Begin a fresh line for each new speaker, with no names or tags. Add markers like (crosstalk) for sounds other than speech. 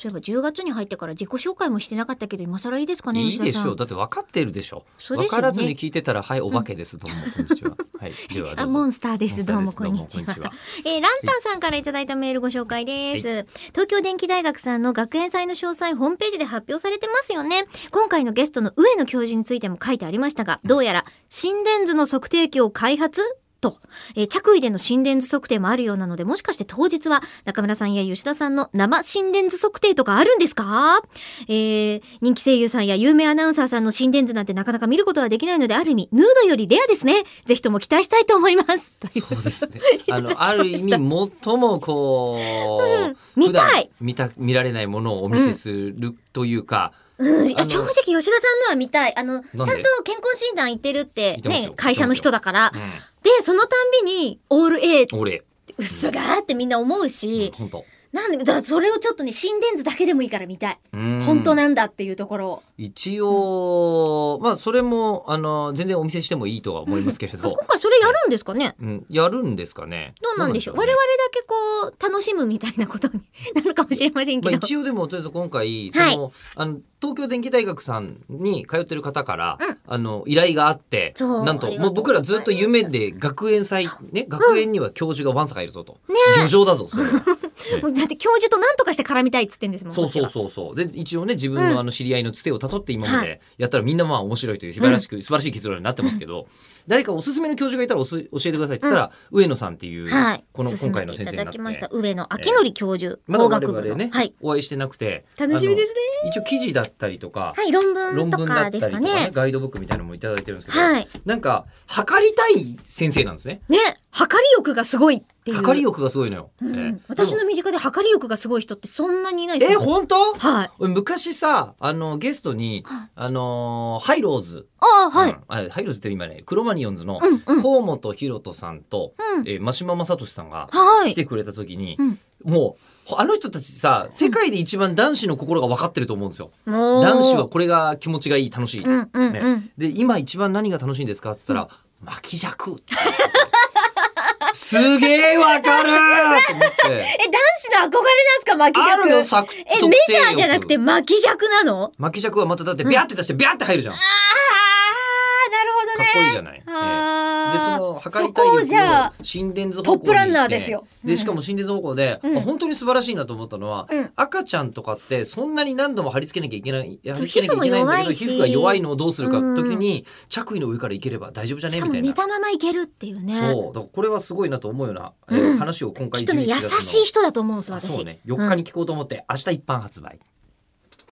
そういえば10月に入ってから自己紹介もしてなかったけど今更いいですかね
いい
吉田
で
さ
し
ん
ょう。だって分かってるでしょ。
そううですよね
分からずに聞いてたら、はい、お化けです。どうも、こんに
(laughs)
ちは。はい、ではど
あ
うぞ。
モンスターですどう
モン
も
スタ
こん
ー
に
です
ち
どうも
は
こんにちは
えーランタンさんからいただいたメールご紹介です、東京電機大学さんの学園祭の詳細ホームページで発表されてますよね今回のゲストの上野教授についても書いてありましたがどうやら心電図の測定器を開発と、えー着衣での心電図測定もあるようなので、もしかして当日は中村さんや吉田さんの生心電図測定とかあるんですかえー人気声優さんや有名アナウンサーさんの心電図なんてなかなか見ることはできないので、ある意味、ヌードよりレアですね。ぜひとも期待したいと思います。という
そうで
(laughs)
すね。あの、ある意味、最もこう、
うん見
普段
たい
見た、見られないものをお見せするというか、
うん、いや
あの
正直吉田さんのは見たいあのちゃん
で
と健康診断行ってるって
行ってます
ね
よ
会社の人だから
うん
でそのたんびにオール A
俺、
うっすがーってみんな思うし、
本当。
なんでだからそれをちょっとね心電図だけでもいいから見たい、
うん
本当なんだっていうところを
一応、まあ、それも、あの、全然お見せしてもいいとは思いますけれ
あ今
ど、
回それやるんですかね
うん、やるんですかね。
どうなんでしょう
ね
我々だけこう楽しむみたいなことに (laughs) なるかもしれません
ま
け
あ、
ど、
一応でもとりあえず今回そ
はい
の、あの東京電機大学さんに通ってる方から、
うん
あの依頼があって
そう
なん
あ
と
りが
も
と
う
う
僕らずっと夢で学園祭、ね、学園には教授がわんさかいるぞと、漁場だぞ
(laughs)
それはね
もうだって教授と何とかして絡みたいっつってんですもん
そう
こっち
そう
は
そうそうで一応ね自分のあの知り合いのつてをたどって今ま
は
でやったらみんなまあ面白いという素晴らしく、素晴らしい結論になってますけど、誰かおすすめの教授がいたらおす教えてくださいって言ったら、上野さんっていう、
はい
この
進
今
め
回
て
の
い
先
た
生にな
だ
って
きました上野明則教授
まだ
工
我
学部
々
の、
ね、
はい
お会いしてなくて
楽しみですね
あの一応記事だったりとか、
はい論
論
文と
文だ
か
った
で
り
す
と
か
か、
ね
ね、ガイドブックみたいなのもいただいてるんですけど、
はい
なんか測りたい先生なんですね。
ね測り欲がすごいっていう
測り欲がすごいのよ。
うん
ええ
私の身近で測り欲がすごい人ってそんなにいないです
え
よ
本当？
はい
俺昔さあのゲストに、あのーハイローズ、
ああは
う
い
んあハイローズって今ねクロマニヨンズの
うんうん
河本ひろとさんと、
うん
えー真島正俊さんが
は
来
い
てくれた時に、
うん
もうあの人たちさ世界で一番男子の心が分かってると思うんですよ。
男
男子はこれが気持ちがいい楽しい。
うんうん
ね
うん
で今一番何が楽しいんですかって言ったら「巻き尺」すげえわかると思って
え男子の憧れなんすか巻き
あるよ
尺
作
えメジャーじゃなくて巻き尺なの
巻き尺はまただってビャーって出してビャーって入るじゃん、か
ああなるほど
っ
ね
こいいじゃない。ええ
あ
でそ
ー
の測り
そこをじゃ
た
あ
い心電図方
ト
向
ップランナーですよ
に行ってでしかも心電図方向で、
うん
あ本当に素晴らしいなと思ったのは、
うん
赤ちゃんとかってそんなに何度も貼り付けなきゃいけない貼り付けなきゃいけないんだけど
皮膚も弱
皮
いし
膚が弱いのをどうするか
うん
時に着衣の上からいければ大丈夫じゃ
し
ねみ
か
たい
も
な。
寝たままいけるっていうね
そうだからこれはすごいなと思うような、えー
うん
話を今
き
回
っとね
11
優
月の
しい人だと思うんです
あ
私
そうね4日に聞こうと思って、明日一般発売